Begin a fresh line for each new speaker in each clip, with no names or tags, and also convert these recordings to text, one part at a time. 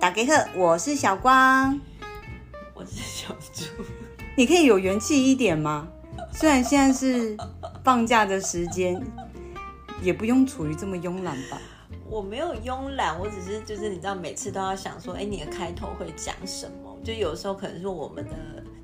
打给客，我是小光。
我是小猪，
你可以有元气一点吗？虽然现在是放假的时间，也不用处于这么慵懒吧？
我没有慵懒，我只是就是你知道，每次都要想说，哎，你的开头会讲什么？就有时候可能是我们的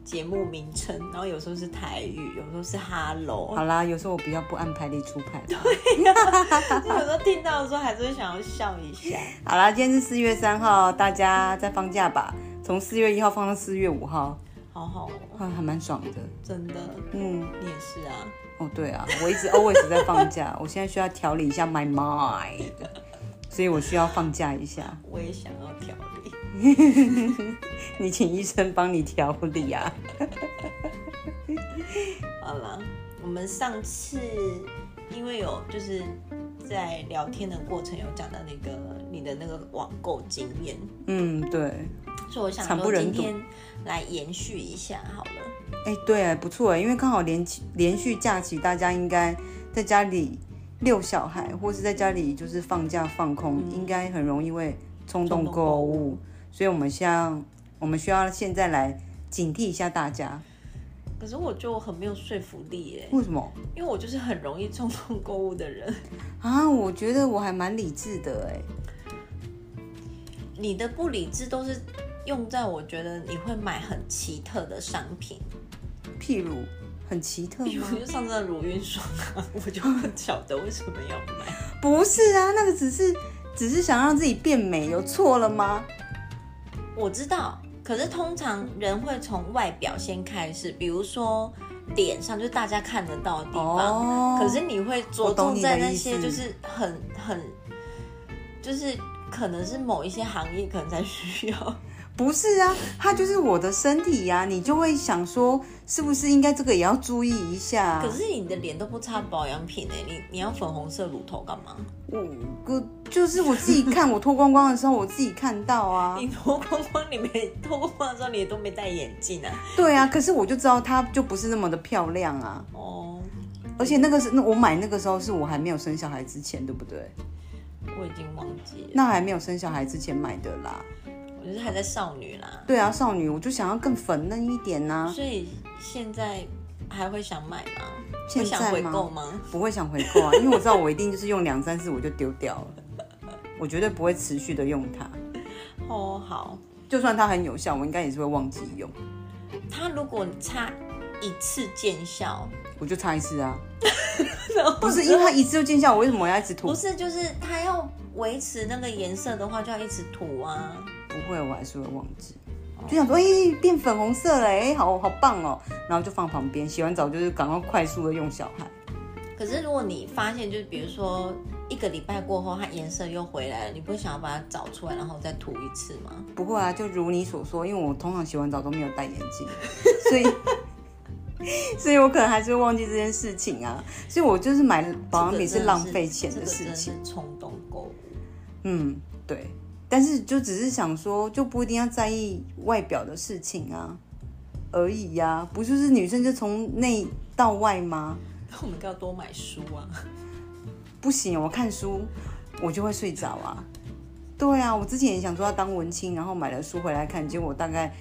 节目名称，然后有时候是台语，有时候是 Hello，
好啦，有时候我比较不按牌理出牌。
就有时候听到的时候还是会想要笑一下。
好啦，今天是四月三号，大家在放假吧？从四月一号放到四月五号，
好好哦，
啊，还蛮爽的。
真的，
嗯，
你也是啊。
哦，对啊，我一直 always 在放假， 我现在需要调理一下 my mind，所以我需要放假一下。
我也想要调理。
你请医生帮你调理啊。
好了，我们上次因为有就是在聊天的过程有讲到那个你的那个网购经验，
嗯，对。
所以我想
惨不
说
忍
今
睹
天来延续一下好了。
哎，对，不错，因为刚好连期连续假期，大家应该在家里遛小孩，或是在家里就是放假放空，应该很容易会嗯冲动
冲动
购
购
物，所以我们像我们需要现在来警惕一下大家，
可是我就很没有说服力耶，
为什么
因为我就是很容易冲动购物的人。
啊？我觉得我还蛮理智的哎，
你的不理智都是用在我觉得你会买很奇特的商品，
嗯譬如很奇特
比如
吗？
就上次的乳晕霜啊，我就不晓得为什么要买。
不是啊，那个只是只是想让自己变美，有错了吗？
我知道，可是通常人会从外表先开始，比如说脸上，就是大家看得到的地方。
哦，
可是你会着
我懂
重
你
在
的
那
意
些，
思
就是很很，就是可能是某一些行业可能才需 要。
不是啊，它就是我的身体呀、你就会想说，是不是应该这个也要注意一下、
可是你的脸都不擦保养品哎、你你要粉红色乳头干嘛？
我我就是我自己看我脱光光的时候，我自己看到啊，
你脱光光，你没脱光光的时候，你也都没戴眼镜啊。
对啊，可是我就知道它就不是那么的漂亮啊，
哦，
而且那个是那我买那个时候是我还没有生小孩之前，对不对？
我已经忘记了，
那还没有生小孩之前买的啦，
我就是还在少女啦，
对啊，少女，我就想要更粉嫩一点啊呐、
所以现在还会想买吗？
现
会想
在
回
吗
购吗？
不会想回购啊，因为我知道我一定就是用两三次我就丢掉了，我绝对不会持续的用它。
哦，好，
就算它很有效，我应该也是会忘记用，
它如果擦一次见效，
我就擦一次啊。
然后
不是因为它一次就见效，我为什么要一直涂？
不是就是它要维持那个颜色的话，就要一直涂啊。
不会，我还是会忘记。就想说，哎、变粉红色了，哎、好好棒哦，然后就放旁边。洗完澡就是赶快快速的用小孩。
可是如果你发现，就是比如说一个礼拜过后，它颜色又回来了，你不会想要把它找出来，然后再涂一次吗？
不过啊，就如你所说，因为我通常洗完澡都没有戴眼 镜，所以，所以我可能还是会忘记这件事情啊。所以我就是买保养品是浪费钱
这
的
个真
事
的
情。
是冲动购物。
嗯，对。但是就只是想说，就不一定要在意外表的事情啊，而已呀、不就是女生就从内到外吗？
那我们要多买书啊！
不行，我看书我就会睡着啊。对啊，我之前也想说要当文青，然后买了书回来看，结果我大概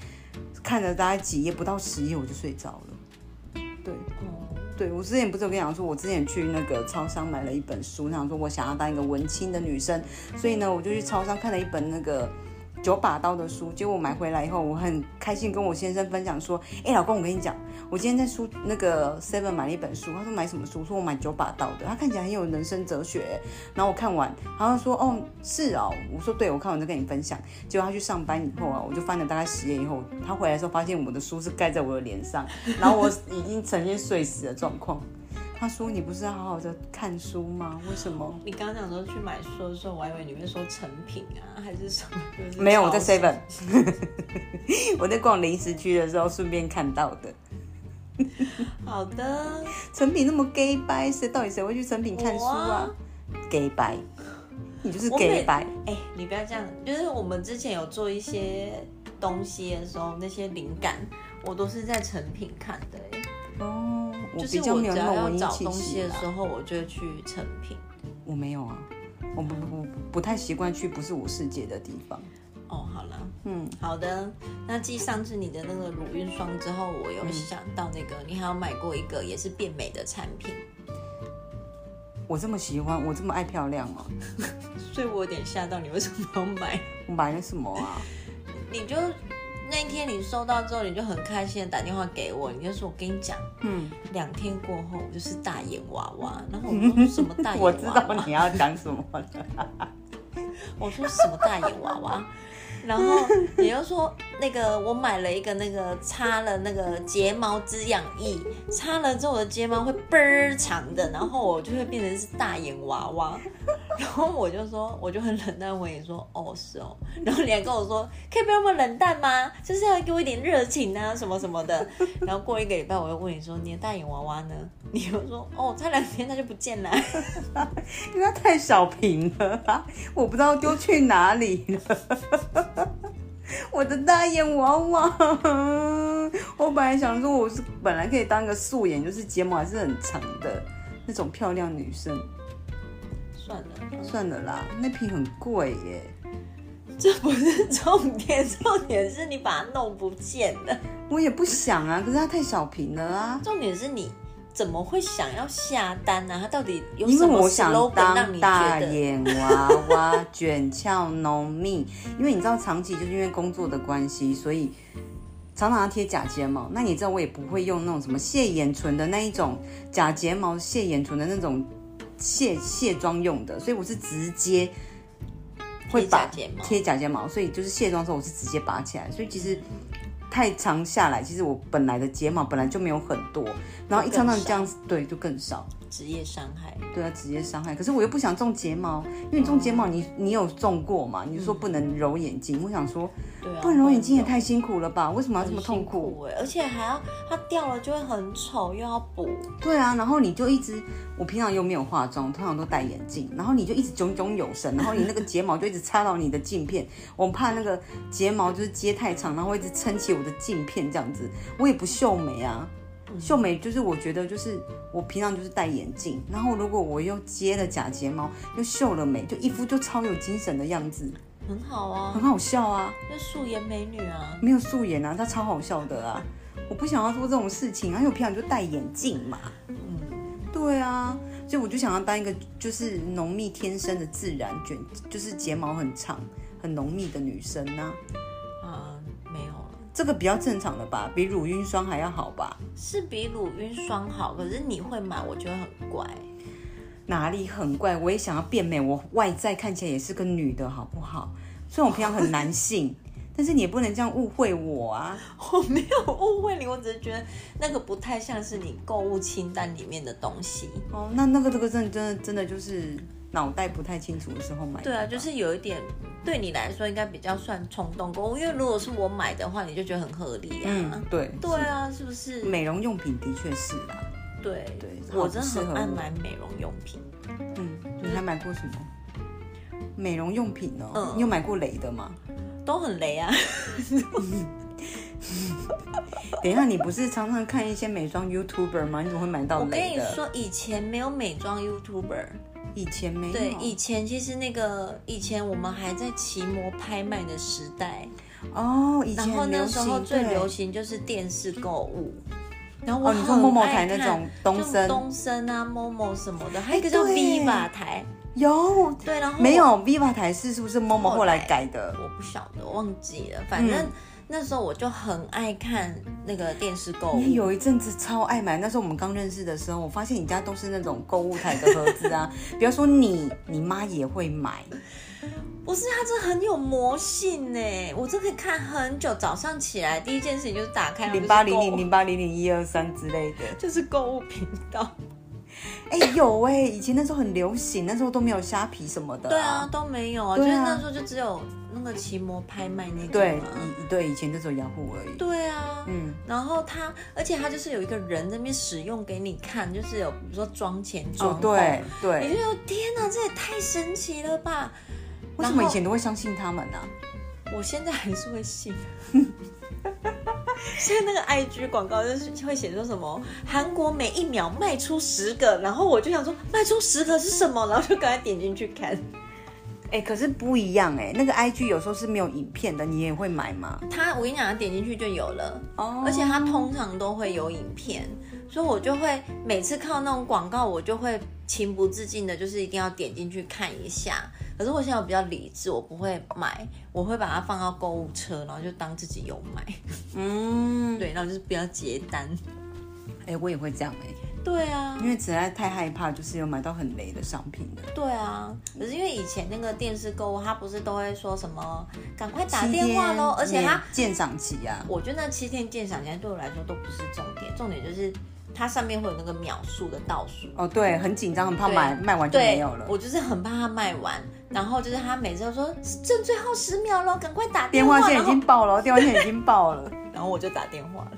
看了大概几页，不到十页我就睡着了。对，
哦，
对我之前不是有跟你讲说，我之前去那个超商买了一本书，想说我想要当一个文青的女生，所以呢，我就去超商看了一本那个九把刀的书。结果买回来以后，我很开心跟我先生分享说：“哎、老公，我跟你讲，我今天在书那个 Seven 买了一本书。”他说买什么书？我说我买九把刀的，他看起来很有人生哲学。欸然后我看完，然后他说：“哦，是哦。”我说：“对，我看完再跟你分享。”结果他去上班以后啊，我就翻了大概十页以后，他回来的时候发现我的书是盖在我的脸上，然后我已经呈现睡死的状况。他说：“你不是要好好的看书吗？为什么
你刚刚讲说去买书的时候，我还以为你会说成品啊，还是什么？就是？”
没有，我在
超市
Seven，我在逛零食区的时候顺便看到的。
好的，
成品那么 gay 白，谁到底谁会去成品看书啊？gay 白，你就是
我
gay
每
白。
哎、你不要这样，就是我们之前有做一些东西的时候，那些灵感我都是在成品看的、哎
哦，我
就
比
是
较
我
没有
只
那
要
种
要
文艺
找
气
东西
息
的
啦
时候，我就会去成品。
我没有啊，我不不不不太习惯去不是我世界的地方。
哦，好了，
嗯，
好的。那继上次你的那个乳晕霜之后，我
嗯
有想到那个，你还有买过一个也是变美的产品，
我这么喜欢，我这么爱漂亮哦、
所以我有点吓到你为什么要买。
我买了什么啊？
你就那天你收到之后，你就很开心的打电话给我，你就说我跟你讲，
嗯，
两天过后我就是大眼娃娃。然后我说什么大眼娃
我
娃？
知道你要讲什么了。
我说什么大眼娃娃，然后你又说那个我买了一个那个擦了那个睫毛滋养液，擦了之后我的睫毛会倍儿长的，然后我就会变成是大眼娃娃。然后我就说，我就很冷淡回你说，哦是哦。然后你还跟我说，可以不要那么冷淡吗？就是要给我一点热情啊，什么什么的。然后过一个礼拜，我又问你说，你的大眼娃娃呢？你又说，哦，擦两天它就不见了。
因为它太小瓶了、啊，我不知道丢去哪里了。我的大眼娃娃，我本来想说我是本来可以当个素颜，就是睫毛还是很长的那种漂亮女生。
算了，
算了啦，那瓶很贵耶。
这不是重点， 重点是你把它弄不见了。
我也不想啊，可是它太小瓶了啊。
重点是你怎么会想要下单啊呢、它到底有
因为
什么
我想
slogan 让
当
你
大
觉得？
眼娃娃，卷翘浓密。因为你知道，长期就是因为工作的关系，所以常常要贴假睫毛。那你知道，我也不会用那种什么卸眼唇的那一种假睫毛卸眼唇的那种卸卸妆用的，所以我是直接会
贴
把
假睫毛
贴假睫毛，所以就是卸妆的时候我是直接拔起来，所以其实。太长下来，其实我本来的睫毛本来就没有很多，然后一常常这样子，对，就更少。
职业伤害，
对啊，直接伤害。可是我又不想种睫毛，因为你种睫毛
嗯
你，你有种过嘛？你就说不能揉眼睛，我想说，
对啊，
不能揉眼睛也太辛苦了吧？为什么要这么痛
很辛
苦？
哎、而且还要它掉了就会很丑，又要补，
对啊，然后你就一直，我平常又没有化妆，通常都戴眼镜，然后你就一直炯炯有神，然后你那个睫毛就一直插到你的镜片，我怕那个睫毛就是接太长，然后会一直撑起我的镜片这样子。我也不秀眉啊，秀眉就是我觉得就是我平常就是戴眼镜，然后如果我又接了假睫毛，又秀了眉，就一副就超有精神的样子，
很好
很
啊，
好笑啊，
就素颜美女啊。
没有素颜啊，她超好笑的啊。我不想要做这种事情啊，因为我平常就戴眼镜嘛。
嗯，
对啊，所以我就想要当一个就是浓密天生的自然卷，就是睫毛很长、很浓密的女生呐、
啊，没有了，
这个比较正常的吧，比乳晕霜还要好吧？
是比乳晕霜好，可是你会买，我觉得很怪。
哪里很怪？我也想要变美，我外在看起来也是个女的，好不好？虽然我平常很男性， 但是你也不能这样误会我啊！
我没有误会你，我只是觉得那个不太像是你购物清单里面的东西。
哦，那那个这个真的真的真的就是脑袋不太清楚的时候买的
对
吧。
啊，就是有一点对你来说应该比较算冲动购物，因为如果是我买的话，你就觉得很合理啊。
嗯，对
对啊，是不是？
是美容用品的确是啦、
对
对
我真的
好不适合
很爱
我
买美容用品。
嗯，你还买过什么？美容用品呢、
嗯
你有买过雷的吗？
都很雷啊！
等一下，你不是常常看一些美妆 YouTuber 吗？你怎么会买到
我跟
雷
你
的？
说，以前没有美妆 YouTuber，
以前没有。
对，以前其实那个以前我们还在骑摩拍卖的时代，
哦，以前
然后
流
那时
行
候最流。行就是电视购物，然后我
哦你说
很
Momo
爱
台那
看
种东
就
森
东森啊、Momo 什么的，还有一个
哎
叫
对
Viva 台，
对有
对，然后
没有 Viva 台式是不是 Momo
后
后来
来
改的？
我不晓得，我忘记了，反正。
嗯
那时候我就很爱看那个电视购
你
物，
有一阵子超爱买，那时候我们刚认识的时候，我发现你家都是那种购物台的盒子啊。 比方说你，你妈也会买，
不是它这很有魔性呢，我真可以看很久。早上起来第一件事哎情就是打开
零八零
然后
零零八零零一二三之类的。
就是购物就是购物频道，
哎、有哎、以前那时候很流行，那时候都没有虾皮什么的、
对啊，，都没有啊，就
对啊
是那时候就只有那个奇摩拍卖那
对，
种啊，
以对以前那时候雅虎而已。
对啊，
嗯，
然后它，而且它就是有一个人在那边使用给你看，就是有比如说妆前妆
哦
后，，
对对，
你就觉得天哪，这也太神奇了吧！
为什么以前都会相信他们啊呢、
我现在还是会信。 现在那个 IG 广告就是会写说什么韩国每一秒卖出十个，然后我就想说卖出十个是什么，然后就赶快点进去看。
哎、可是不一样哎、那个 IG 有时候是没有影片的，你也会买吗？
它我跟你讲，它点进去就有了，
哦
而且它通常都会有影片，所以我就会每次看到那种广告，我就会情不自禁的，就是一定要点进去看一下。可是我现在我比较理智，我不会买，我会把它放到购物车，然后就当自己有买。
嗯，
对，然后就是不要结单。
哎、我也会这样哎、
对啊，
因为实在太害怕，就是有买到很雷的商品了。
对啊，可是因为以前那个电视购物，它不是都会说什么赶快打
七
电话
天
喽，而且它
免鉴赏期啊，
我觉得那七天鉴赏期对我来说都不是重点，重点就是它上面会有那个秒数的倒数。
哦对，很紧张，很怕
对
买卖完就
对，
没有了。
我就是很怕它卖完，然后就是他每次都说剩最后十秒喽，赶快打
电
电话。
话线已
然后
经爆了，电话线已经爆了。
然后我就打电话了。
哎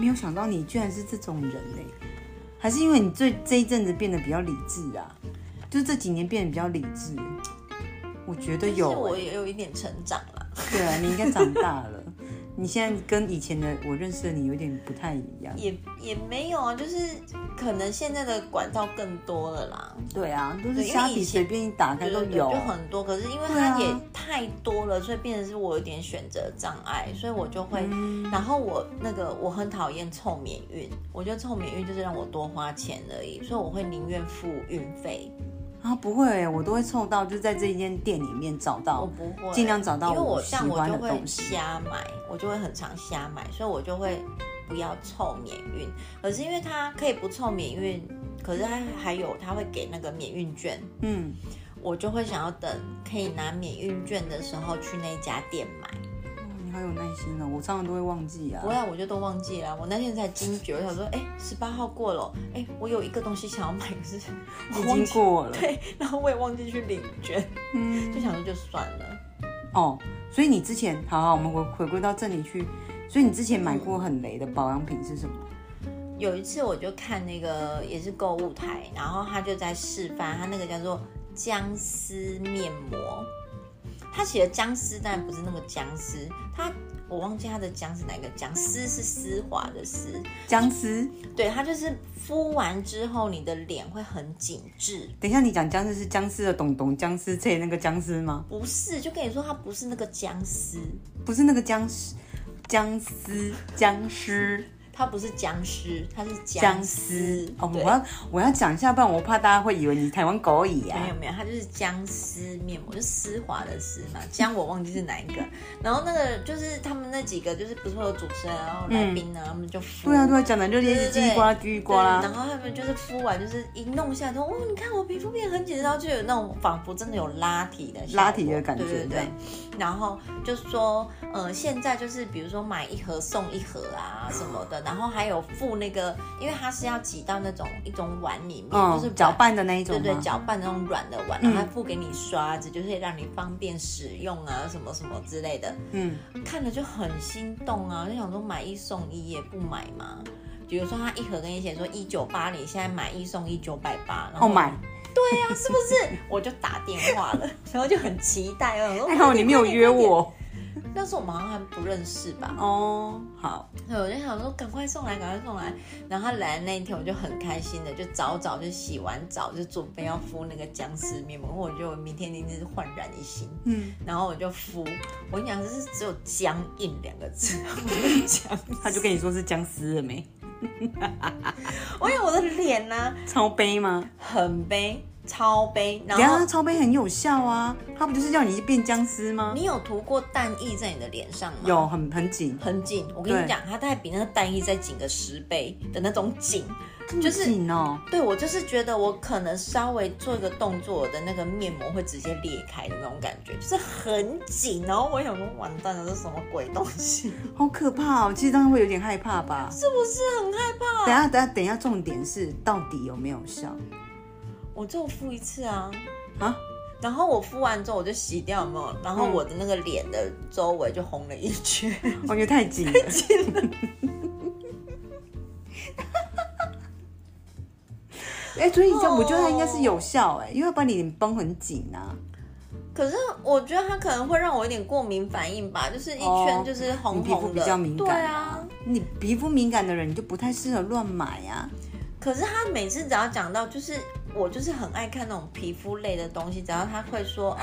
没有想到你居然是这种人嘞、还是因为你最这一阵子变得比较理智啊？就是这几年变得比较理智，我觉得有、
就是我
欸。
也有一点成长啦。
对啊，你应该长大了。你现在跟以前的我认识的你有点不太一样。
也也没有啊，就是可能现在的管道更多了啦，
对啊，都是
对因为
虾皮
以前
随便一打开
对
都
对对，
有
就。很多。可是因为
对啊
它也太多了，所以变成是我有点选择障碍，所以我就会，然后我那个我很讨厌凑免运，我觉得凑免运就是让我多花钱而已，所以我会宁愿付运费，
啊，不会欸、我都会凑到，就在这一间店里面找
我
到。
哦不会
尽量找到
因为
我
我
喜
像我
欢
就
的
会
东西
瞎买，我就会很常瞎买，所以我就会不要凑免运。可是因为它可以不凑免运，可是它还有它会给那个免运券，
嗯，
我就会想要等可以拿免运券的时候去那家店买。
哦你好有耐心哦，我常常都会忘记啊
不。要，我就都忘记了。我那天才惊觉，我想说，哎、十八号过了，哎、我有一个东西想要买，可是我
已
忘
经
记，
过了。
对，然后我也忘记去领券，
嗯，
就想说就算了。
哦，所以你之前，好好，我们回回归到这里去。所以你之前买过很雷的保养品是什么？
有一次我就看那个也是购物台，然后他就在示范，他那个叫做姜丝面膜。他写的姜丝，但不是那个姜丝，他我忘记他的姜是哪个姜，丝是丝滑的丝。
姜丝。
对，它就是敷完之后，你的脸会很紧致。
等一下，你讲姜丝是姜丝的董董姜丝这那个姜丝吗？
不是，就跟你说，它不是那个姜丝，
不是那个姜丝，姜丝姜丝
它不是僵尸，它是
姜
姜丝
丝。。哦，我
对
要我要讲一下，不然我怕大家会以为你台湾狗语啊
没。有没有，它就是姜丝面膜，就丝滑的丝嘛。姜我忘记是哪一个。然后那个就是他们那几个，就是不是会有主持人然后来宾啊，他们就敷。
嗯对啊，对啊，讲的就也是叽里呱啦叽里呱
对然
啦。
后他们就是敷完，就是一弄下来说，哦，你看我皮肤变很紧致，然后就有那种仿佛真的有拉提的效果
拉提的感觉
对对
这样
对。然后就说，呃，现在就是比如说买一盒送一盒啊什么的，然后还有附那个，因为它是要挤到那种一种碗里面，就是
嗯，
碗
搅。拌的那一
对
种
对，
吗？嗯
搅拌那种软的碗，然后还附给你刷子，就是让你方便使用啊，什么什么之类的。
嗯，
看了就很心动啊，就想说买一送一也不买嘛。比如说他一盒跟你写说一九八零，现在买一送一九百八，然后
哦买，
对呀、是不是？我就打电话了， 然后就很期待哦。
还好哎你没有约。
快点快
我。
点那时候我们好像还不认识吧？
哦，好，
对，我就想说赶快送来，赶快送来。然后他来的那一天，我就很开心的，就早早就洗完澡，就准备要敷那个僵尸面膜，我觉得我明天一定是焕然一新。
嗯，
然后我就敷，我跟你讲，这是只有僵硬两个字， 不是僵。
他就跟你说是姜丝了没？
我有我的脸呢、
超杯吗？
很悲，超悲。然
等一下，
后
它超杯很有效啊，它不就是要你变僵尸吗？
你有涂过蛋液在你的脸上吗？，
有很很紧，
很紧。我跟
对
你讲，它大概比那个蛋液再紧个十倍的那种紧。
就紧哦。
对我就是觉得我可能稍微做一个动作，我的那个面膜会直接裂开的那种感觉，就是很紧。然后我想说，完蛋了，这是什么鬼东 西？
好可怕哦！其实当然会有点害怕吧。
是啊不是很害怕？
等一下，等一下，等一下，重点是到底有没有效
我就敷一次啊。
啊？
然后我敷完之后我就洗掉，有没有？然
嗯
后我的那个脸的周围就红了一圈。
我觉得哦太紧了。 哎、所以这样我觉得它应该是有效
哦
哎、因为要不然你脸绷很紧啊，
可是我觉得它可能会让我有点过敏反应吧，就是一
哦
圈就是
你
红
皮肤
红
比
的，
较敏
对
感
啊。
你皮肤敏感的人你就不太适合乱买啊。
可是他每次只要讲到就是我就是很爱看那种皮肤类的东西，只要他会说哦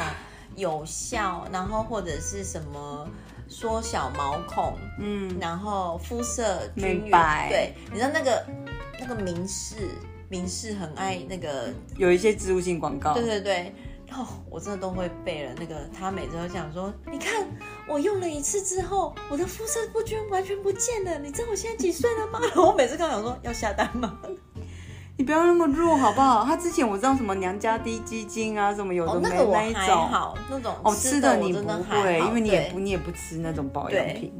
有效，然后或者是什么缩小毛孔，嗯，然后肤色均
美
匀，
白
对，你知道那个那个明视，明视很爱那个
有一些植入性广告，
对对对，哦，我真的都会背了。那个他每次都讲说，你看我用了一次之后，我的肤色不均完全不见了。你知道我现在几岁了吗？ 然后我每次跟他讲说要下单吗？
你不要那么弱好不好？他之前我知道什么娘家滴鸡精啊，什么有
哦
的，
那
没、
个我
一
还
种。
好，那种
哦，吃
吃
的
我
你
真
不
的
会，
还好
因为你也
对
不你也不吃那种保养品，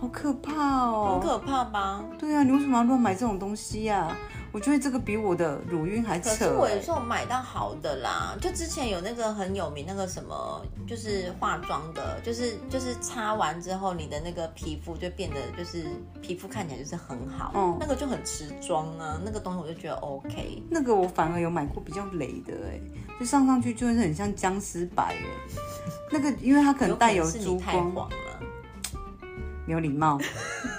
好可怕哦！
很可怕吧？
对啊，你为什么要乱买这种东西呀、我觉得这个比我的乳晕还扯、
可
欸。
是我也是有买到好的啦，就之前有那个很有名那个什么，就是化妆的，就是就是擦完之后你的那个皮肤就变得就是皮肤看起来就是很好，
嗯
那个就很持妆啊，那个东西我就觉得 OK。
那个我反而有买过比较雷的、欸，哎，就上上去就是很像僵尸白、欸，哎，那个因为它可能带有
可能是
珠
你太
光，
黄了，
没有礼貌，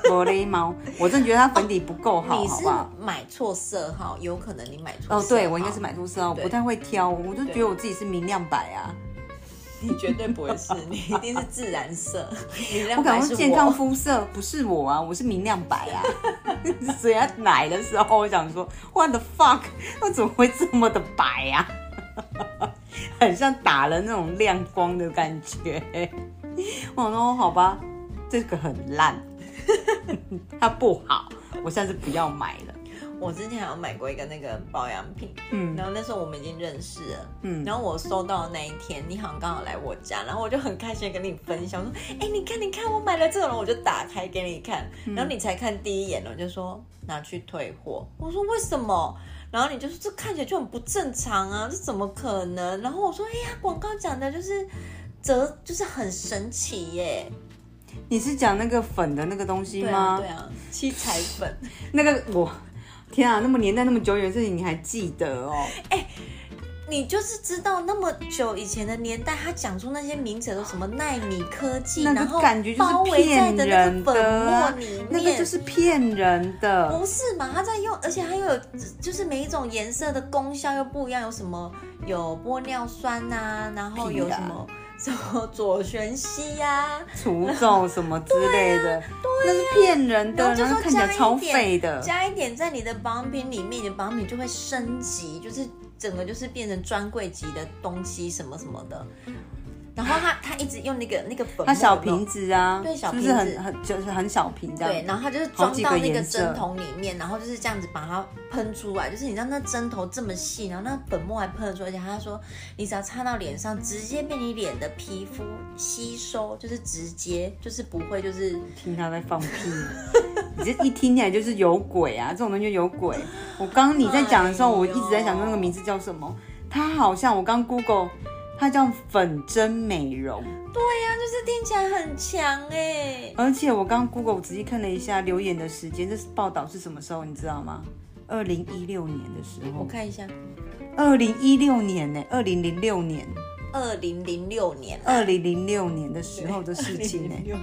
玻璃猫，我真的觉得它粉底不够好，
你
好
是
不好？
买错色号，有可能你买错色号。
哦，对，我应该是，买错色啊，我不
对
太会挑，我就觉得我自己是明亮白啊，
你绝对不会是， 你一定是自然 色。你
我可
我
能是健康肤色，不是我啊，我是明亮白 啊。所以他奶的时候，我想说，What the fuck，我怎么会这么的白呀、啊？ 很像打了那种亮光的感觉。我想说，好吧，这个很烂，它不好，我下次不要买了。
我之前还有买过一个那个保养品，
嗯
然后那时候我们已经认识了，
嗯
然后我收到的那一天，你好像刚好来我家，然后我就很开心地跟你分享，说，哎、你看你看，我买了这种了，我就打开给你看，
嗯
然后你才看第一眼，我就说拿去退货，我说为什么？然后你就说这看起来就很不正常啊，这怎么可能？然后我说，哎、呀，广告讲的就是折，就是很神奇耶，
你是讲那个粉的那个东西
对
吗？
啊对啊，七彩粉。
那个我。天啊，那么年代那么久远的事情你还记得哦？
你就是知道那么久以前的年代，他讲出那些名词都什么纳米科技，
那
然
个
后
感觉就
包
是
围在
骗
的那
人
个
的
粉末
啊
里面，，
那个就是骗人的。
不是嘛？他在用，而且还有就是每一种颜色的功效又不一样，有什么有玻尿酸呐、然后
屁
有
啦
什么什么左旋啊烯呀、
除皱什么之类的，那是骗人
啊然
的，
后就
然
说
后看起来
加一
超
点
废的。
加一点在你的保养品里面，你的保养品就会升级，就是整个就是变成专柜级的东西什么什么的。然后他他一直用那个那个粉末，
它小瓶子啊，
对小
是不
瓶子
是很很就是很小瓶这
对，
样？
然后他就是
好
装
几
到
个
那个
颜色
针筒里面，然后就是这样子把它喷出来，就是你知道那针头这么细，然后那粉末还喷得出来，而且他说你只要擦到脸上，直接被你脸的皮肤吸收，就是直接就是不会就是
听他在放屁， 你这一听起来就是有鬼啊！这种东西就有鬼。我刚刚你在讲的时候，
哎呦
我一直在想说那个名字叫什么，它好像我刚 Google，它叫粉针美容。
就是听起来很强哎、
而且我刚 Google 仔细看了一下留言的时间，这是报道是什么时候，你知道吗？二零一六年的时
我
候，
看一下，
二零一六年呢、2二零零六年，
二零零六年啊，
二零零六年的时候的事 情欸呢、
2006年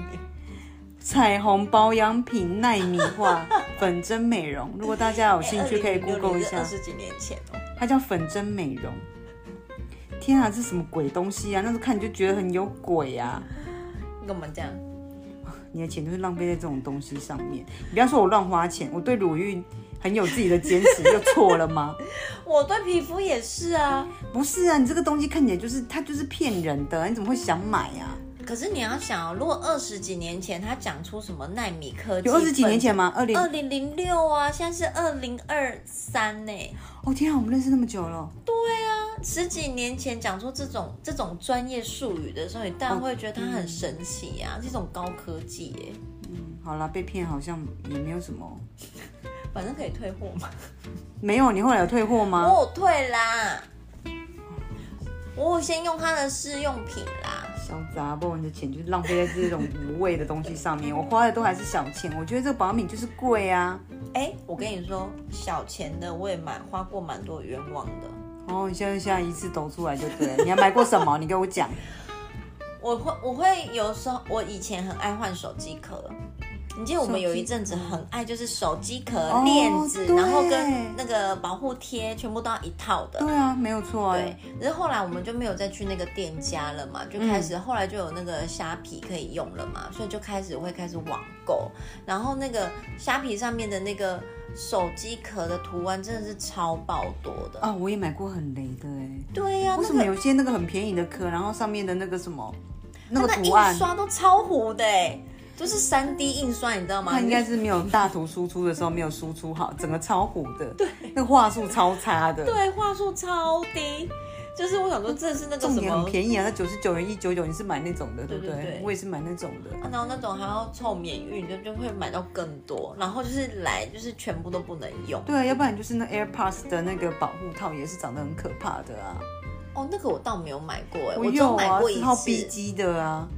彩虹保养品纳米 化粉针美容，如果大家有兴趣可以
2006
Google 一
年是
下
哎二，十几年前哦。
它叫粉针美容。天啊，这什么鬼东西啊！那时候看你就觉得很有鬼啊！
你干嘛这样？
你的钱就是浪费在这种东西上面。你不要说我乱花钱，我对乳晕很有自己的坚持，又错了吗？
我对皮肤也是啊，
不是啊，你这个东西看起来就是它就是骗人的，你怎么会想买啊呀、
可是你要想、哦，如果二十几年前他讲出什么纳米科技，
有二十几年，前吗？二零
二零零六啊，现在是二零二三呢，啊
哦天啊，我们认识那么久了，
十几年前讲出这种这种专业术语的时候，你当然会觉得它很神奇啊，这种高科技耶，
嗯好啦，被骗好像也没有什么。
反正可以退货嘛，
没有，你后来有退货吗？
我有退啦，我有先用它的试用品啦，
小杂不，你的钱就是浪费在这种无谓的东西上面。我花的都还是小钱，我觉得这个保养品就是贵啊。
哎、我跟你说，小钱的我也买花过蛮多冤枉的。
哦，你现在下一次抖出来就对了。你还买过什么？你给我讲。
我会我会有时候我以前很爱换手机壳，你记得我们有一阵子很爱，就是手机壳、
哦
链子，
对
然后跟那个保护贴，全部都要一套的。
对啊，没有错啊。
对，然后后来我们就没有再去那个店家了
嗯
嘛，就开始、后来就有那个虾皮可以用了嘛，所以就开始会开始网购，然后那个虾皮上面的那个手机壳的图案真的是超爆多的。
啊，我也买过很雷的哎、
对呀、
为
那
什么
个
有些那个很便宜的壳，然后上面的那个什么那个
它那
图案
印，刷都超糊的哎，就是三 D 印刷，你知道吗？
它应该
你
是没有大图输出的时候没有输出 好，整个超糊的，对，那个画术超差的，，
对话术超低，就是我想说这是那个
重
什
点
么
很。便宜啊，那九十九元一九九，你是买那种的，对不
对对对
我也是买那种的，
啊然后那种还要凑免运，就就会买到更多，然后就是来就是全部都不能用。
对啊，要不然就是那 AirPods 的那个保护套也是长得很可怕的啊，
哦，那个我倒没有买过哎，我
有
就买
啊，
过
是
一
超 B
次。哦
G 的啊。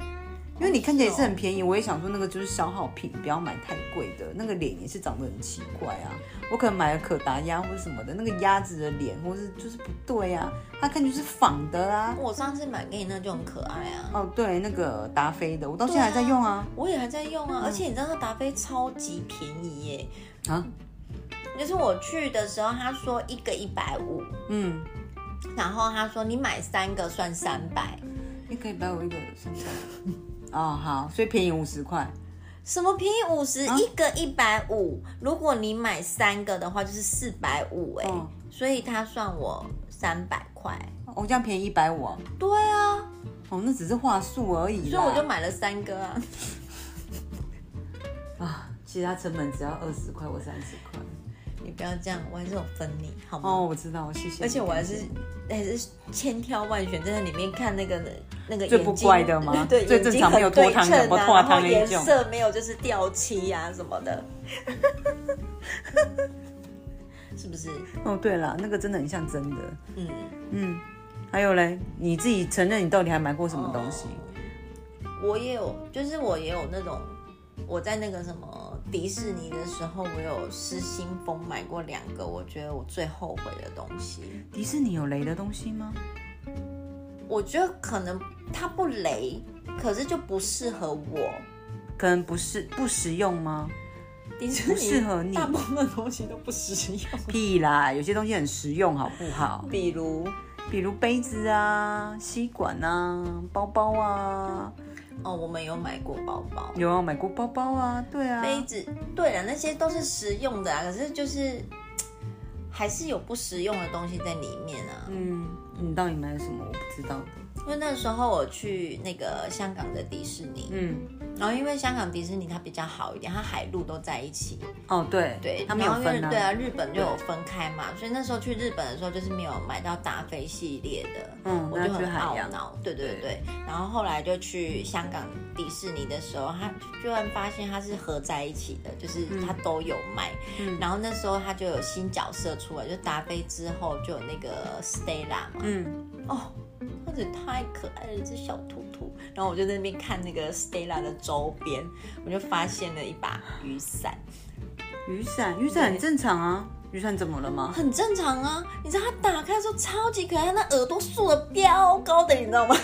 因为你看起来也是很便宜，我也想说那个就是消耗品，不要买太贵的。那个脸也是长得很奇怪啊，我可能买了可达鸭或者什么的，那个鸭子的脸或是就是不对啊，它看就是仿的啊。
我上次买给你那就很可爱啊，
哦，对，那个达菲的，我到现在还在用啊。
我也还在用啊，而且你知道达菲超级便宜耶，
啊，
就是我去的时候他说一个一百五，
嗯，
然后他说你买三个算三百，
你可以买我一个三百。哦，好，所以便宜五十块。
什么便宜五十、
啊
一个一百五，如果你买三个的话就是四百五哎
嗯，
所以他算我三百块，
哦，这样便宜一百五哦。
对啊，
哦，那只是话术而已
所以
啦。
我就买了三个啊。
啊，其他成本只要二十块或三十块。
你不要这样，我还是有分你好吗？
哦，我知道，谢谢。
嗯而且我还是还是千挑万选，在那里面看那个那个
最
眼
不
睛
怪的吗
对，
最
眼
正
睛
常
很
没有脱
对
汤
称
有没有
啊
脱
然后
汤那一
颜
种
色没有就是掉漆啊什么的， 是不是？
哦，对了，那个真的很像真的。
嗯，
嗯，还有嘞，你自己承认你到底还买过什么东西？
哦我也有，就是我也有那种。我在那个什么迪士尼的时候，我有失心疯买过两个，我觉得我最后悔的东西。
迪士尼有雷的东西吗？
我觉得可能它不雷，可是就不适合我。
可能不是不实用吗？
迪士尼
不适合你
大部分东西都不实用。
屁啦，有些东西很实用，好不好？
比如，
比如杯子啊、吸管啊、包包啊，
哦，我们有买过包包、
有啊，买过包包啊，对啊，
杯子，对了，那些都是实用的啊，可是就是嘖还是有不实用的东西在里面啊。
嗯，你到底买了什么？我不知道。
因为那时候我去那个香港的迪士尼，
嗯，
然后因为香港迪士尼它比较好一点，它海陆都在一起，
哦，对，
对，
他们有
然后因为
分啊，
对啊，日本就有分开嘛，所以那时候去日本的时候就是没有买到达菲系列的，
嗯
我就
那
很
去海
懊
洋
恼，对对对
对
然后后来就去香港迪士尼的时候，他居然发现它是合在一起的，就是它都有卖，然后那时候它就有新角色出来，就达菲之后就有那个 Stella 嘛，
嗯，
哦。那只太可爱了，一只小兔兔。然后我就在那边看那个 Stella 的周边，我就发现了一把雨伞。
雨伞，雨伞很正常啊，雨伞怎么了吗？
很正常啊。你知道它打开的时候超级可爱，它那耳朵竖的飙高的，你知道吗？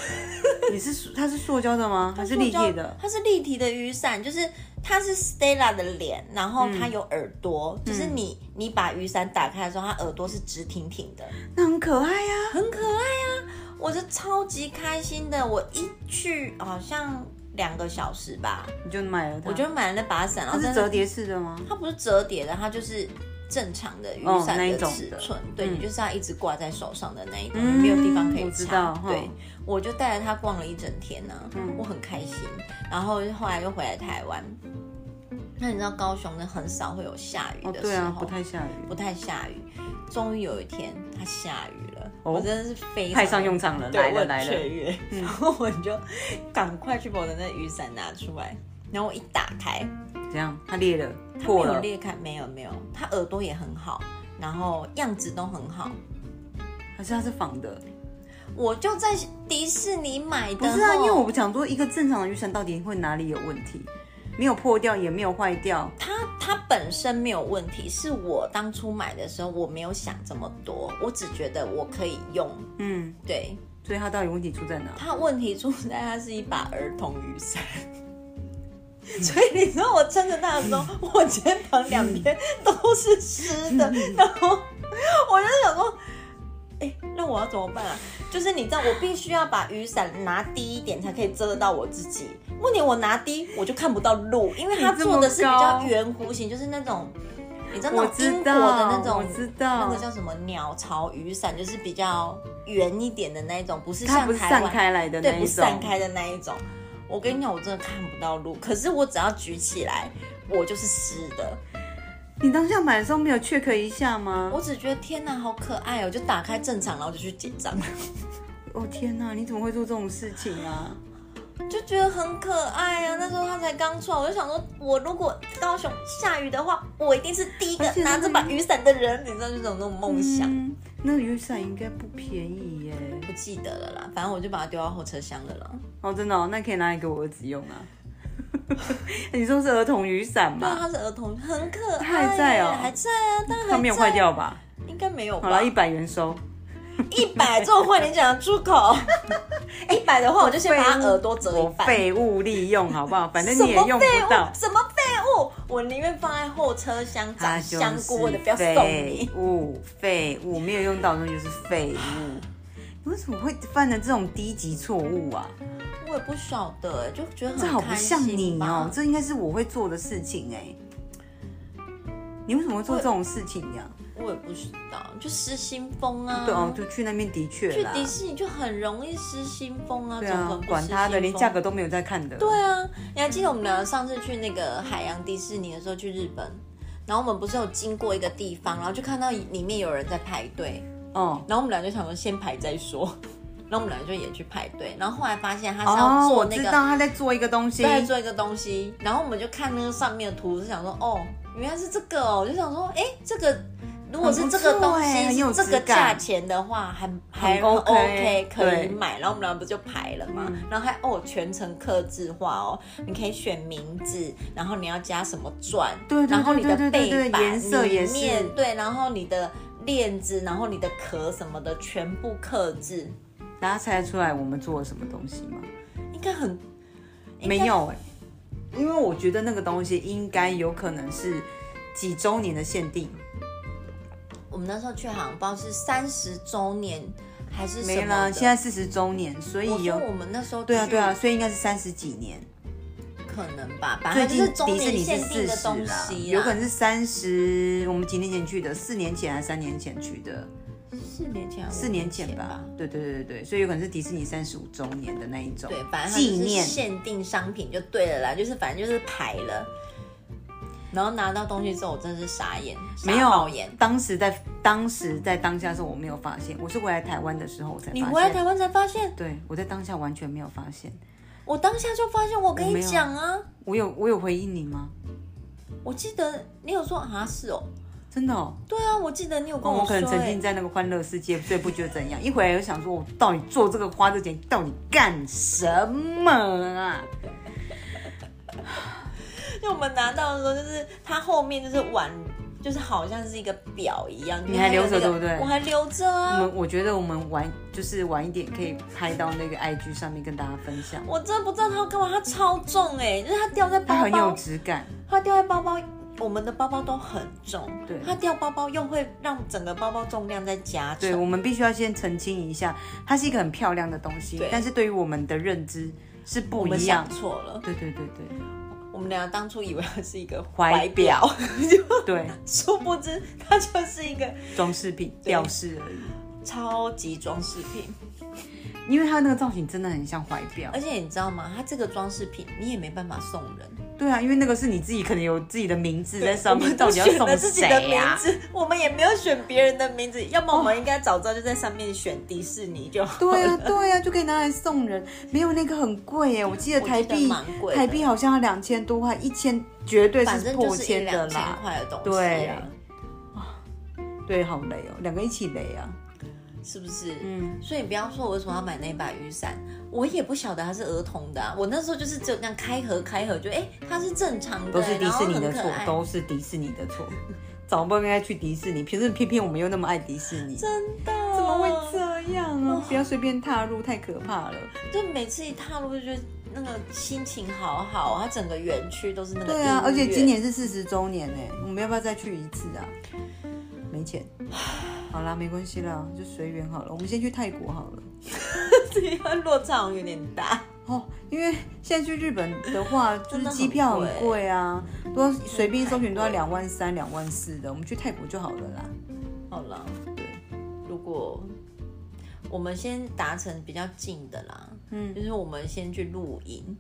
你是塑它是塑胶的吗？还是立体的？
它是立体的雨伞，就是它是 Stella 的脸，然后它有耳朵，
嗯
就是你你把雨伞打开的时候，它耳朵是直挺挺的，
那很可爱呀、
很可爱啊！我是超级开心的，我一去好像两个小时吧，
你就买了它。
我就买了那把伞，然后
啊它
真
是
的
折叠式的吗？
它不是折叠的，它就是正常的雨
哦
伞
那一
的
种
尺
的
寸，对、你
嗯
就是要一直挂在手上的那一种，
嗯
你没有地方可以
我知
插
道。
对
嗯，
我就带着它逛了一整天呢、我很开心。然后后来又回来台湾，那你知道高雄呢很少会有下雨
哦，
的时
对
候，
啊，不太下雨
不，太下雨。终于有一天它下雨了，
哦
我真的是非常
派上用场了，
对
来了嗯
我很
来
雀
了，
跃， 然后我就赶快去把我的那雨伞拿出来，然后我一打开，
怎样？它裂了，
它没
破
有
了，
裂开，没有没有，它耳朵也很好，然后样子都很好。
还是它是仿的？
我就在迪士尼买的
不
吼，
是啊，因为我想说，一个正常的雨伞到底会哪里有问题？没有破掉，也没有坏掉，
它它本身没有问题，是我当初买的时候我没有想这么多，我只觉得我可以用。
嗯，
对，
所以它到底问题出在哪？
它问题出在它是一把儿童雨伞， 所以你知道我撑着它的时 候，我肩膀两边都是湿 的，然后我就想说，哎、那我要怎么办啊？就是你知道，我必须要把雨伞拿低一点，才可以遮得到我自己。问题我拿低，我就看不到路，因为它
你这么
做的是比
高
较圆弧形，就是那种你知道那
我
种英
知
国
道，
的那种
我知道，
那个叫什么鸟巢雨伞，就是比较圆一点的那一种，不是
它
像
不是
台
散
湾
开来的那
对
一种，
不散开的那一种。我跟你讲，我真的看不到路，可是我只要举起来，我就是湿的。
你当下买的时候没有 check 一下吗？
我只觉得天哪，好可爱哦！就打开正常，然后就去结账，
哦天哪，你怎么会做这种事情啊？
就觉得很可爱啊。那时候它才刚出来，我就想说，我如果高雄下雨的话，我一定是第一个
而且
拿着
那个
把雨伞的人，你知道，就种那种梦想。
嗯，那雨伞应该不便宜耶。
不记得了啦，反正我就把它丢到后车厢了啦。
哦，真的哦，那可以拿来给我儿子用啊。 你说是儿童雨伞
对啊，
吗？
它是儿童，很可爱。
它还在哦
还在啊，当然还
它没有坏
在，
掉吧？
应该没有吧？
好了，一百元收。
一百这种话你讲得出 口？一百的话，我就先把他耳朵折一
我
半。
废物利用好不 好？反正
什
你也
么
用
废
不到
物？。什么废物？我宁愿放在后车厢长
它啊就
香菇，我都
是
不要送
废
你。
物，废物没有用到的东西就是废物。你为什么会犯了这种低级错误啊？
我也不晓得，就觉得很
这好不
开心
像你哦
吧，
这应该是我会做的事情哎、你为什么会做这种事情呀、
我也不知道，就失心疯啊。
对哦，就去那边的确
去
啦，
迪士尼就很容易失心疯啊，
对
怎么可
啊
能，不
管
失
他的，
心
连
疯
价格都没有在看的。
对啊，你还记得我们俩上次去那个海洋迪士尼的时候去日本，然后我们不是有经过一个地方，然后就看到里面有人在排队，
哦，
然后我们俩就想说先排再说， 然后我们俩就也去排队，然后后来发现他是要
哦，
做
我
那
知
个
道他在做一个东西，
在做一个东西，然后我们就看那个上面的图，是想说哦，原来是这个哦，我就想说哎，这个如果是这个
很不错
东
哎
西
很有
是这个
质感
价钱的话，还还哦
很
OK,
OK，
可以
对
买，然后我们俩不就排了嘛，然后还哦全程刻字化哦，你可以选名字，然后你要加什么钻，
对对对
然后你的
对对对
背
对
板
颜色
里
也是
面对，然后你的链子，然后你的壳什么的全部刻字，
大家猜得出来我们做了什么东西吗？
应该很应该
没有哎、因为我觉得那个东西应该有可能是几周年的限定，
我们那时候去好像不知道是三十周年还是什么
没
的
了，现在四十周年，所
我
以
说
有
我们那时候
对啊
去
对啊，所以应该是三十几年。
可能吧，反
最
正就
近
啊是周
迪士
年
尼是
限定
四
的
十
东
啦，
西
有可能是三十，我们几年前去的，四年前还是三年前去的，
四年前还是五
四年前
前
吧。对对对对对，所以有可能是迪士尼三十五周年的那一种
对，反正它就
纪
是
念。
限定商品就对了啦，就是反正就是排了，然后拿到东西之后，我真的是傻眼，
没
傻爆
有
眼。，
当时在当时在当下的时候我没有发现，我是回来台湾的时候我才发现。
你回来台湾才发现，
对，我在当下完全没有发现。
我当下就发现，我跟
我
你
没有
讲啊，
我有我有回应你吗？
我记得你有说啊是哦，
真的哦，
对啊，我记得你有跟
哦我
说、
可
欸，
能沉浸在那个欢乐世界，所以不觉得怎样。一回来就想说，我到底做这个花这钱到底干什么啊？
就我们拿到的时候，就是它后面就是碗，就是好像是一个表一样。
你还留着
就是它有那个
对嗯不对
我还留着
我
啊，
们我觉得我们晚就是晚一点可以拍到那个 IG 上面跟大家分享，
我真的不知道它要干嘛，它超重哎、就是它掉在
它
包
很有
包，
质感。
它掉在包包。我们的包包都很重，
对
它掉包包又会让整个包包重量再加
对，
重。
我们必须要先澄清一下，它是一个很漂亮的东西
对，
但是对于我们的认知是
我
不
们
一样
想。错了，
对对对对
我们俩当初以为它是一个
怀表
表，
对，
殊不知它就是一个
装饰品、吊饰而已。
超级装饰品。
因为它那个造型真的很像怀表。
而且你知道吗？它这个装饰品你也没办法送人，
对啊，因为那个是你自己可能有自己的名字在
我
上面，
们
到
都
底要
选了
送
自己的
谁啊
名
呀、
字，我们也没有选别人的名字，要么我们应该早知道就在上面选迪士尼就好。
对啊，对啊，就可以拿来送人。没有那个很贵耶，我记得
我记得
台币
蛮贵的
台币好像要两千多块，一千绝对
反
是
正就
破
是一
千的
两千
啦。
块的东西、
对
啊，
对，好累哦，两个一起累啊。
是不是？嗯，所以不要说我为什么要买那把雨伞，我也不晓得它是儿童的、啊，我那时候就是只有这样开合开合，就哎、它是正常的、
都是迪士尼的
然后很可
错，
爱
都是迪士尼的错。早不应该去迪士尼，凭什么偏偏我们又那么爱迪士尼？怎
真的怎
啊么会这样啊？不要随便踏入，太可怕了。
就每次一踏入就觉得那个心情好好，它整个园区都是那个
对啊
音，乐
而且今 年是四十周年呢，我们要不要再去一次啊？没钱。好啦，没关系啦，就随缘好了。我们先去泰国好了。
对啊，落差好像有点大。
哦，因为现在去日本的 话，就
真
是
的
机票
很
很
贵
贵啊，都要随便搜寻都要两万三、两万四的。我们去泰国就好了啦。
好了，
对，
如果我们先达成比较近的啦，嗯，就是我们先去露营。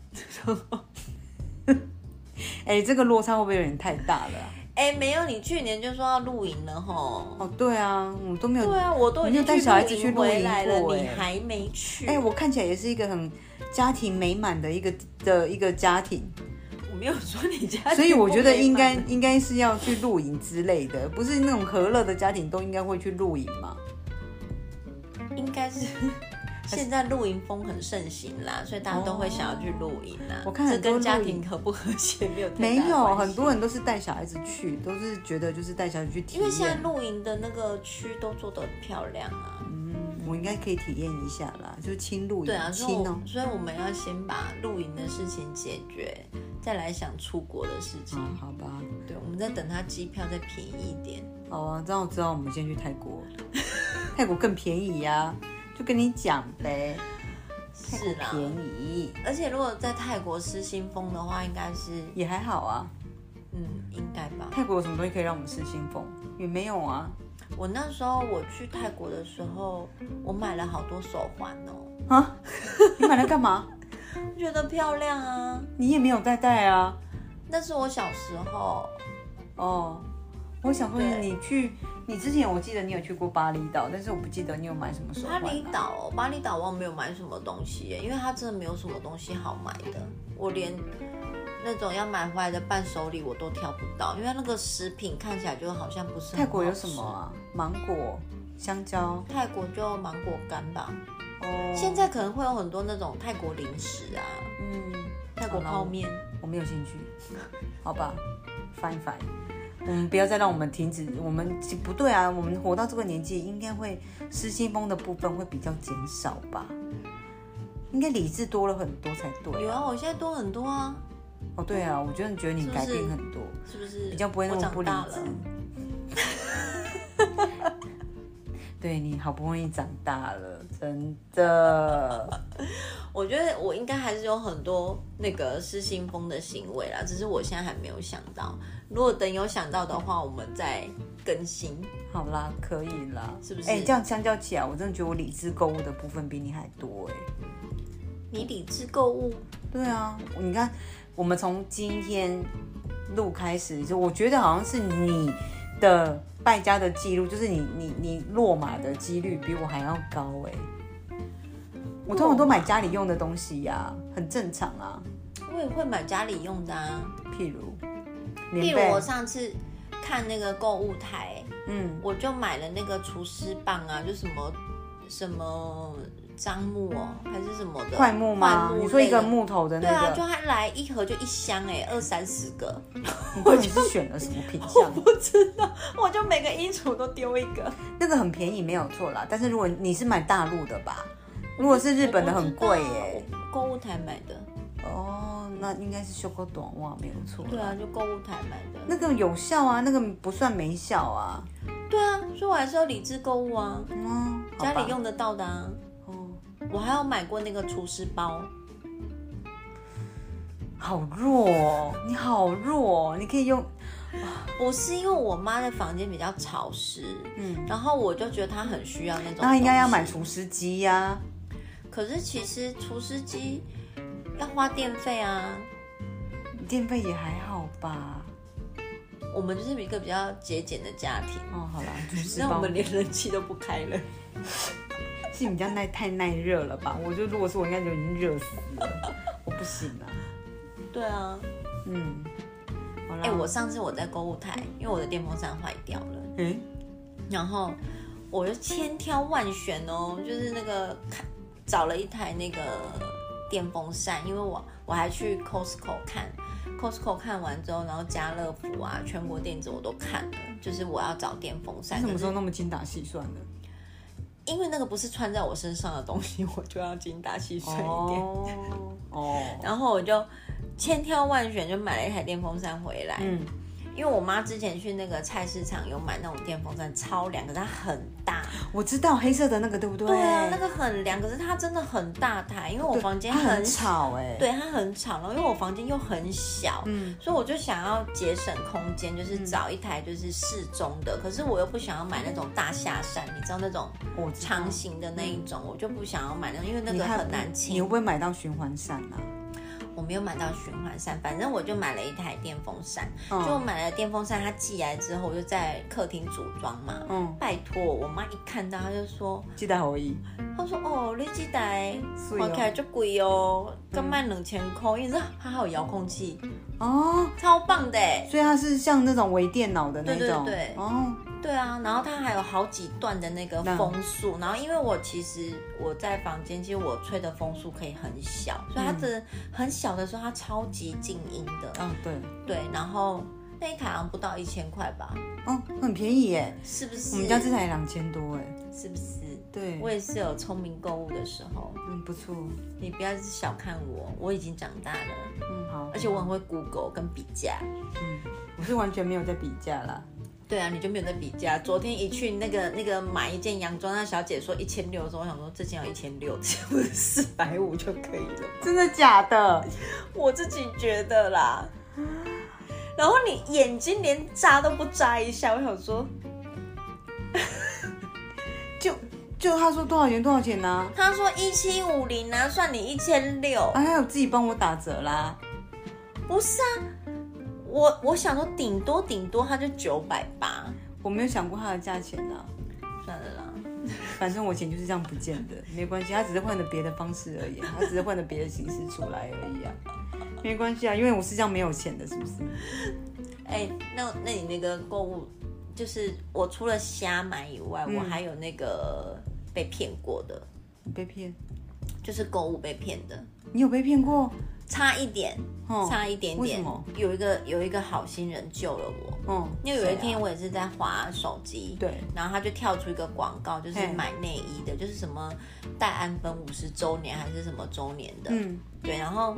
哎、这个落差会不会有点太大了啊、
哎、没有，你去年就说要露营了吼。
哦，对啊，我都没有。
对啊，我都已
你有
经
带小孩子去
去
露营
回来了，
过
你
哎
还没去？
哎、我看起来也是一个很家庭美满的一个的一个家庭，
我没有说你家，
所以我觉得应该应该是要去露营之类的，不是那种和乐的家庭都应该会去露营嘛？
应该 是现在露营风很盛行啦，所以大家都会想要去露营啦。
哦我看
这
很多
跟家
露
庭
营
和不和谐没有太
没
大
有，
啊关
很
系
多人都是带小孩子去，都是觉得就是带小孩子去体
因为现在
验。
露营的那个区都做得很漂亮啊。
嗯，我应该可以体验一下啦，就是轻露营，
对啊，所以
轻
我
哦。
所以我们要先把露营的事情解决，再来想出国的事情。
嗯，好吧，
对，我们再等它机票再便宜一点。
好啊，这样我知道我们先去泰 国，泰国更便宜呀、就跟你讲呗，
是啦，
便宜
而且如果在泰国吃新风的话，应该是
也还好啊。
嗯，应该吧。
泰国有什么东西可以让我们吃新凤？也没有啊。
我那时候我去泰国的时候，我买了好多手环哦，
啊？你买来干嘛？
觉得漂亮啊。
你也没有在戴啊。
那是我小时候，
哦，我想说
对
你去，你之前我记得你有去过巴厘岛，但是我不记得你有买什么手
巴
环、啊
厘，岛哦，巴厘岛我没有买什么东西耶，因为它真的没有什么东西好买的，我连那种要买回来的伴手礼我都挑不到，因为它那个食品看起来就好像不是很
泰国有
好吃
什么？啊？芒果、香蕉。
泰国就芒果干吧，
哦，
现在可能会有很多那种泰国零食啊，
嗯，
泰国
好啦
泡，面。
我我没有兴趣。好吧，翻一翻。嗯，不要再让我们停止，我们不对啊！我们活到这个年纪，应该会失心疯的部分会比较减少吧？应该理智多了很多才对、啊。
有啊，我现在多很多啊，
哦，对啊，我真的觉得你
是不
改变
是
很多，
是不是？
比较不会那
我
么
长
不理
大
智
了。。
对你好不容易长大了，真的。
我觉得我应该还是有很多那个失心疯的行为啦，只是我现在还没有想到。如果等有想到的话，我们再更新。
好啦，可以啦，
是不是
哎、这样相较起来，我真的觉得我理智购物的部分比你还多哎、
你理智购物，
对啊，你看，我们从今天录开始，就我觉得好像是你的败家的记录，就是你你你落马的几率比我还要高哎、我通常都买家里用的东西呀、很正常啊。
我也会买家里用的啊。
譬如，
例
棉
如
被
我上次看那个购物台，
嗯，
我就买了那个除湿棒啊，就什么什么樟木哦，还是什么的
块木吗？
桧木
你说一个
类的
木头的
对啊，
那
就
个，
它来一盒就一箱哎、二三十个，
你到底是选了什么品相？
我就每个衣橱都丢一个。
那个很便宜没有错啦，但是如果你是买大陆的吧，如果是日本的很贵欸耶、
哎我不知道，我购物台买的。
哦，那应该是修个短袜没有错。
对啊，，就购物台买的。
那个有效啊，那个不算没效啊。
对啊，所以我还是要理智购物啊，
嗯，好吧
家里用得到的啊。
哦，
我还有买过那个厨师包，
好弱哦，你好弱哦，你可以用
不是因为我妈的房间比较潮湿，嗯，然后我就觉得她很需要那种。
那应该要买。除湿机呀、
可是其实厨师机要花电费啊，
电费也还好吧。
我们就是一个比较节俭的家庭，
哦，好啦，除湿
那我
包
们连冷气都不开了。
是你们家耐太耐热了吧？我就如果是我，应该就已经热死了， 我不行了。
对啊，
嗯，好啦，
哎、我上次我在购物台，因为我的电风扇坏掉了。
诶
然后我就千挑万选哦，就是那个看找了一台那个电风扇，因为我我还去 Costco 看，Costco 看完之后，然后家乐福啊、全国电子我都看了，就是我要找电风扇。
什么时候
可
那
是
么精打细算的？
因为那个不是穿在我身上的东西，我就要精打细算一点。
哦哦，
啊然后我就千挑万选，就买了一台电风扇回来。
嗯，
因为我妈之前去那个菜市场有买那种电风扇，超凉，可是它很大。
我知道黑色的那个对不对？
对啊，那个很凉，可是它真的很大台，因为我
对
房间
它很
小
吵哎。，
对，它很吵，然后因为我房间又很小，
嗯，
所以我就想要节省空间，就是找一台就是适中的，可是我又不想要买那种大下山，你知道那种
我知道
长型的那一种，我就不想要买那种，因为那
你
个
看
很难
嗯你会
清
不。会买到循环扇啊？
我没有买到循环扇，反正我就买了一台电风扇。
嗯
就我买了电风扇，它寄来之后，我就在客厅组装嘛。
嗯，
拜托，我妈一看到，她就说
记得好意。：“
她说哦，你这台
水哦
看起来就贵哦，刚卖两千块，因为你知道它还有遥控器，
哦，
超棒的欸。”
所以它是像那种微电脑的那
对对
种。
对
哦，
对啊，然后它还有好几段的那个
那
风速，然后因为我其实我在房间，其实我吹的风速可以很小，所以它的很小的时候它超级静音的。
嗯，对，
对，然后那一台好像不到一千块吧，
哦，很便宜耶。
是不
我
是？
们家这台两千多哎。
是不是？
对，
我也是有聪明购物的时候，
嗯不错，
你不要一直小看我，我已经长大了，
嗯好。
而且我很会 Google 跟比价。
嗯，我是完全没有在比价啦。
对啊，你就没有在比价。昨天一去那个那个买一件洋装，那小姐说一千六的时候，我想说这件要一千六，这不是四百五就可以了吗？
真的假的？
我自己觉得啦。然后你眼睛连眨都不眨一下，我想说，
就就他说多少钱多少钱呢、啊？
她说一七五零啊，算你一千六，
还有自己帮我打折啦。
不是啊？我我想说顶多顶多她就九百八，
我没有想过它的价钱啊，
算了啦。
反正我钱就是这样不见的，没关系，他啊只是换了别的方式而已，他只是换了别的形式出来而已啊，没关系啊，因为我是这样没有钱的，是不是？
哎、那那你那个购物，就是我除了瞎买以外，
嗯
我还有那个被骗过的，
你被骗？
就是购物被骗的，
你有被骗 过？
差一点，
哦
差一点
为什
点
么？。
有一个有一个好心人救了我，
嗯，
因为有一
谁
天
啊
我也是在划手机，
对
然后他就跳出一个广告，就是
嘿
买内衣的，就是什么戴安芬五十周年还是什么周年的，
嗯
对，然后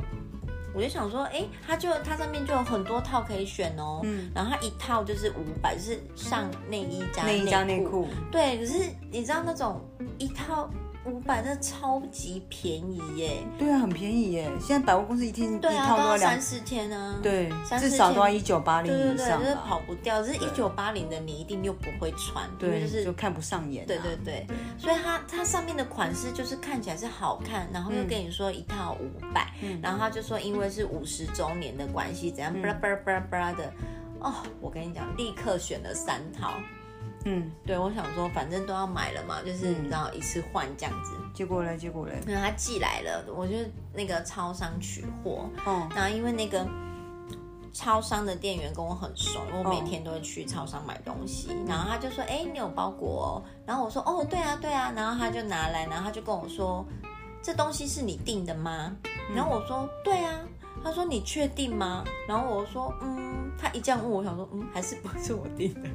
我就想说，哎，它就它上面就有很多套可以选哦，
嗯
然后它一套就是五百，就是上内衣哦加
内衣加内
裤，
裤，
对，可是你知道那种一套五百，那超级便宜耶，
对啊，很便宜耶，现在百货公司一天、
对
一
啊，
套
都
要
要
两
三，四千啊，
对，
三
至
四
少
千
都要一九八零
对对
以
对，
上
就是
啦
跑不掉，只是一九八零的你一定又不会穿，因为
对，
就是
就看不上眼、啊，
对对对，所以它它上面的款式就是看起来是好看，然
嗯
后又跟你说一套五百、然后他就说因为是五十周年的关系，怎样巴拉巴拉巴拉巴拉的，哦，我跟你讲，立刻选了三套。
嗯，
对，我想说反正都要买了嘛，就是你知道一次换这样子。
结果嘞，结果嘞，
然后他寄来了，我就那个超商取货，
哦，
然后因为那个超商的店员跟我很熟，因为我每
哦
天都会去超商买东西。然后他就说：“哎、你有包裹哦？”然后我说：“哦，对啊，对啊。”然后他就拿来，然后他就跟我说：“这东西是你订的吗？”然后我说：“对啊。”他说：“你确定吗？”然后我说：“嗯。”他一这样问我，我想说：“嗯，还是不是我订的？”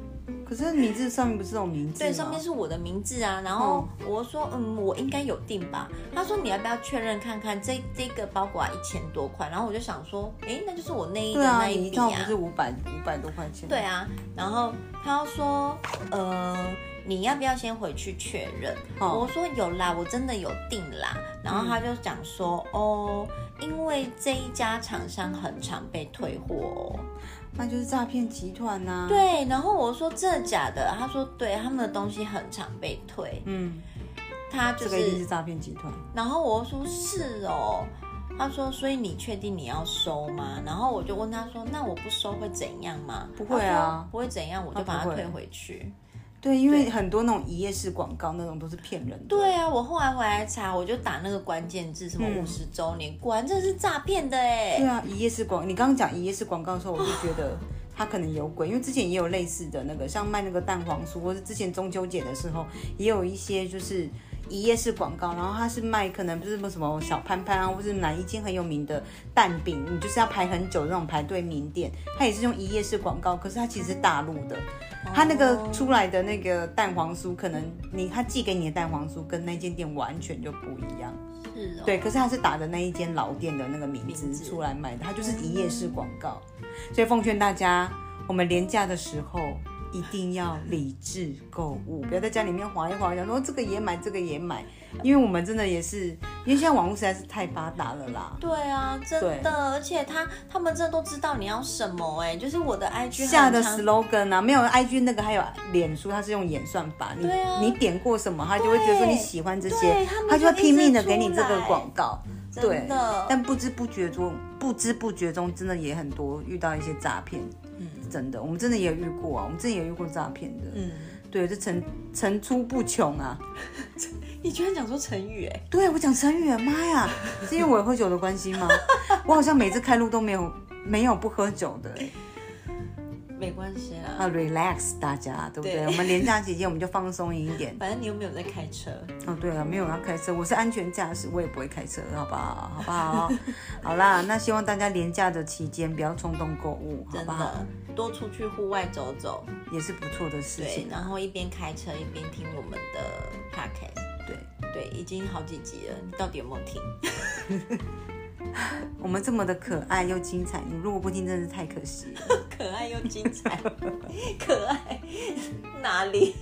可是名字上面不是这种名字哦吗？
对，上面是我的名字啊。然后我说，嗯，我应该有订吧。他说你要不要确认看看？这这个包裹啊一千多块。然后我就想说，诶，那就是我内衣的
对啊，
那
你
一
一
笔
套
啊
不。是五百五百多块钱？
对，啊，然后他又说，呃，你要不要先回去确认？
哦嗯
我说有啦，我真的有订啦。然后他就讲说，哦，因为这一家厂商很常被退货、哦。
嗯那就是诈骗集团呐、，
对，然后我说真的假的？他说对，他们的东西很常被退。
嗯，
他
这
就是、
个一定是诈骗集团。
然后我说是哦，他说所以你确定你要收吗？然后我就问他说，那我不收会怎样吗？
不会啊
他说不会怎样，我就把
他不
它
会
退回去。
对，因为很多那种一页式广告那种都是骗人的。
对啊，我后来回来查，我就打那个关键字什么
嗯
五十周年，果然这是诈骗的哎、
对啊，一页式广，你刚刚讲一页式广告的时候，我就觉得它可能有鬼，因为之前也有类似的那个，像卖那个蛋黄酥，或是之前中秋节的时候，也有一些就是一页式广告，然后它是卖可能不是什么小潘潘啊，或是哪一间很有名的蛋饼，你就是要排很久的那种排队名店，它也是用一页式广告，可是它其实是大陆的，它啊那个
哦
出来的那个蛋黄酥，可能你它寄给你的蛋黄酥跟那间店完全就不一样。
是哦，
对，可是他是打的那一间老店的那个名字
名字
出来卖的，他就是一夜式广告，所以奉劝大家，我们廉价的时候一定要理智购物，不要在家里面划一划，想说这个也买，这个也买，因为我们真的也是，因为现在网络实在是太发达了啦。
对啊，真的，而且他他们这都知道你要什么哎、就是我的 IG
下的
很常
slogan 啊，没有 IG 那个，还有脸书，它是用演算法，你、
对啊
你点过什么，它就会觉得说你喜欢这些
对他们，
它就会
就一
拼
直
命的
出
给你这个
来
广告。对
真的，
但不知不觉中，不知不觉中，真的也很多遇到一些诈骗。嗯，真的，我们真的也遇过啊，我们真的也遇过诈骗的。嗯，
嗯，
对，这层层出不穷啊。
你居然讲出成语哎、
对，我讲成语了，啊妈 呀，是因为我喝酒的关系吗？我好像每次开路都没有没有不喝酒的、
没关系啦，
啊，relax 大家，对不对？
对
我们连假期间我们就放松一点。
反正你又没有在开车，
哦，对了，没有人要开车，我是安全驾驶，我也不会开车，好不好？好不 好？好啦，那希望大家廉价的期间不要冲动购物，好
真
不好？
的多出去户外走走，
也是不错的事
对
情，
然
啊。
后一边开车一边听我们的 podcast，
对，
对，已经好几集了，你到底有没有听？
我们这么的可爱又精彩，你如果不听，真的是太可惜 了。
可爱又精 彩，可爱哪里？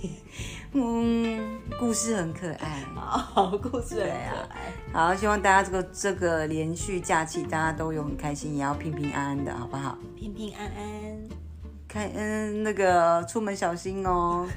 嗯，故事很可爱。
好，故事很可
对啊
爱，
好，希望大家这个这个连续假期大家都有很开心，也要平平安安的，好不好？
平平安安。
开嗯，那个出门小心哦，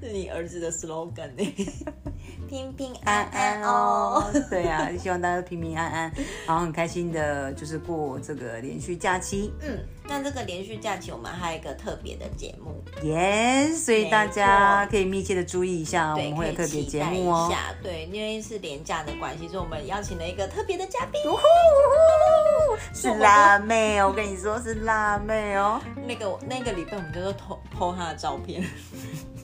是你儿子的 slogan 呢， 平平
安
安
安
安
哦
哦。。
对啊，希望大家平平安安，然后很开心的，就是过这个连续假期。
嗯， 那这个连续假期我们还有一个特别的节目，
耶、所以大家可以密切的注意一下，我
对，
们会有
可
特
以
别
期
节
待
目
一
哦。
下。对，因为是廉价的关系，所以我们邀请了一个特别的嘉宾，
是辣妹哦，我跟你说是辣妹哦，
那个那个礼拜我们就说偷偷他的照 片，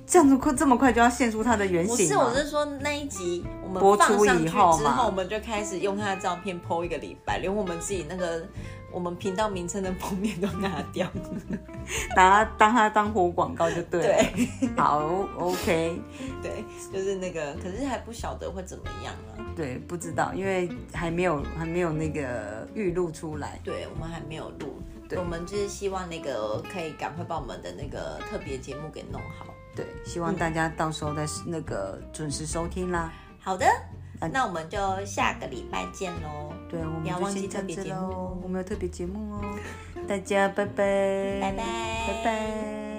这样子快这么快就要现出她的原
不
型啊
是，
吗
我是说那一集我们
播
放
出
上
以
去之
后嘛
后，我们就开始用他的照片 PO 一个礼拜，连我们自己那个我们频道名称的封面都拿掉。
拿她当她当活广告就对了。
对。
好，OK，
对，就是那个，可是还不晓得会怎么样啊。
对，不知道，因为还没有还没有那个预录出来。
对，我们还没有录，
对
我们就是希望那个可以赶快把我们的那个特别节目给弄好。
对，希
嗯
望大家到时候再那个准时收听啦。
好的，那我们就下个礼拜见喽，
对，啊我们
不要
就
忘
先
记
这
特
样
别
子
节目
喽
哦，
我们有特别节目哦，大家拜拜，
拜拜，
拜拜。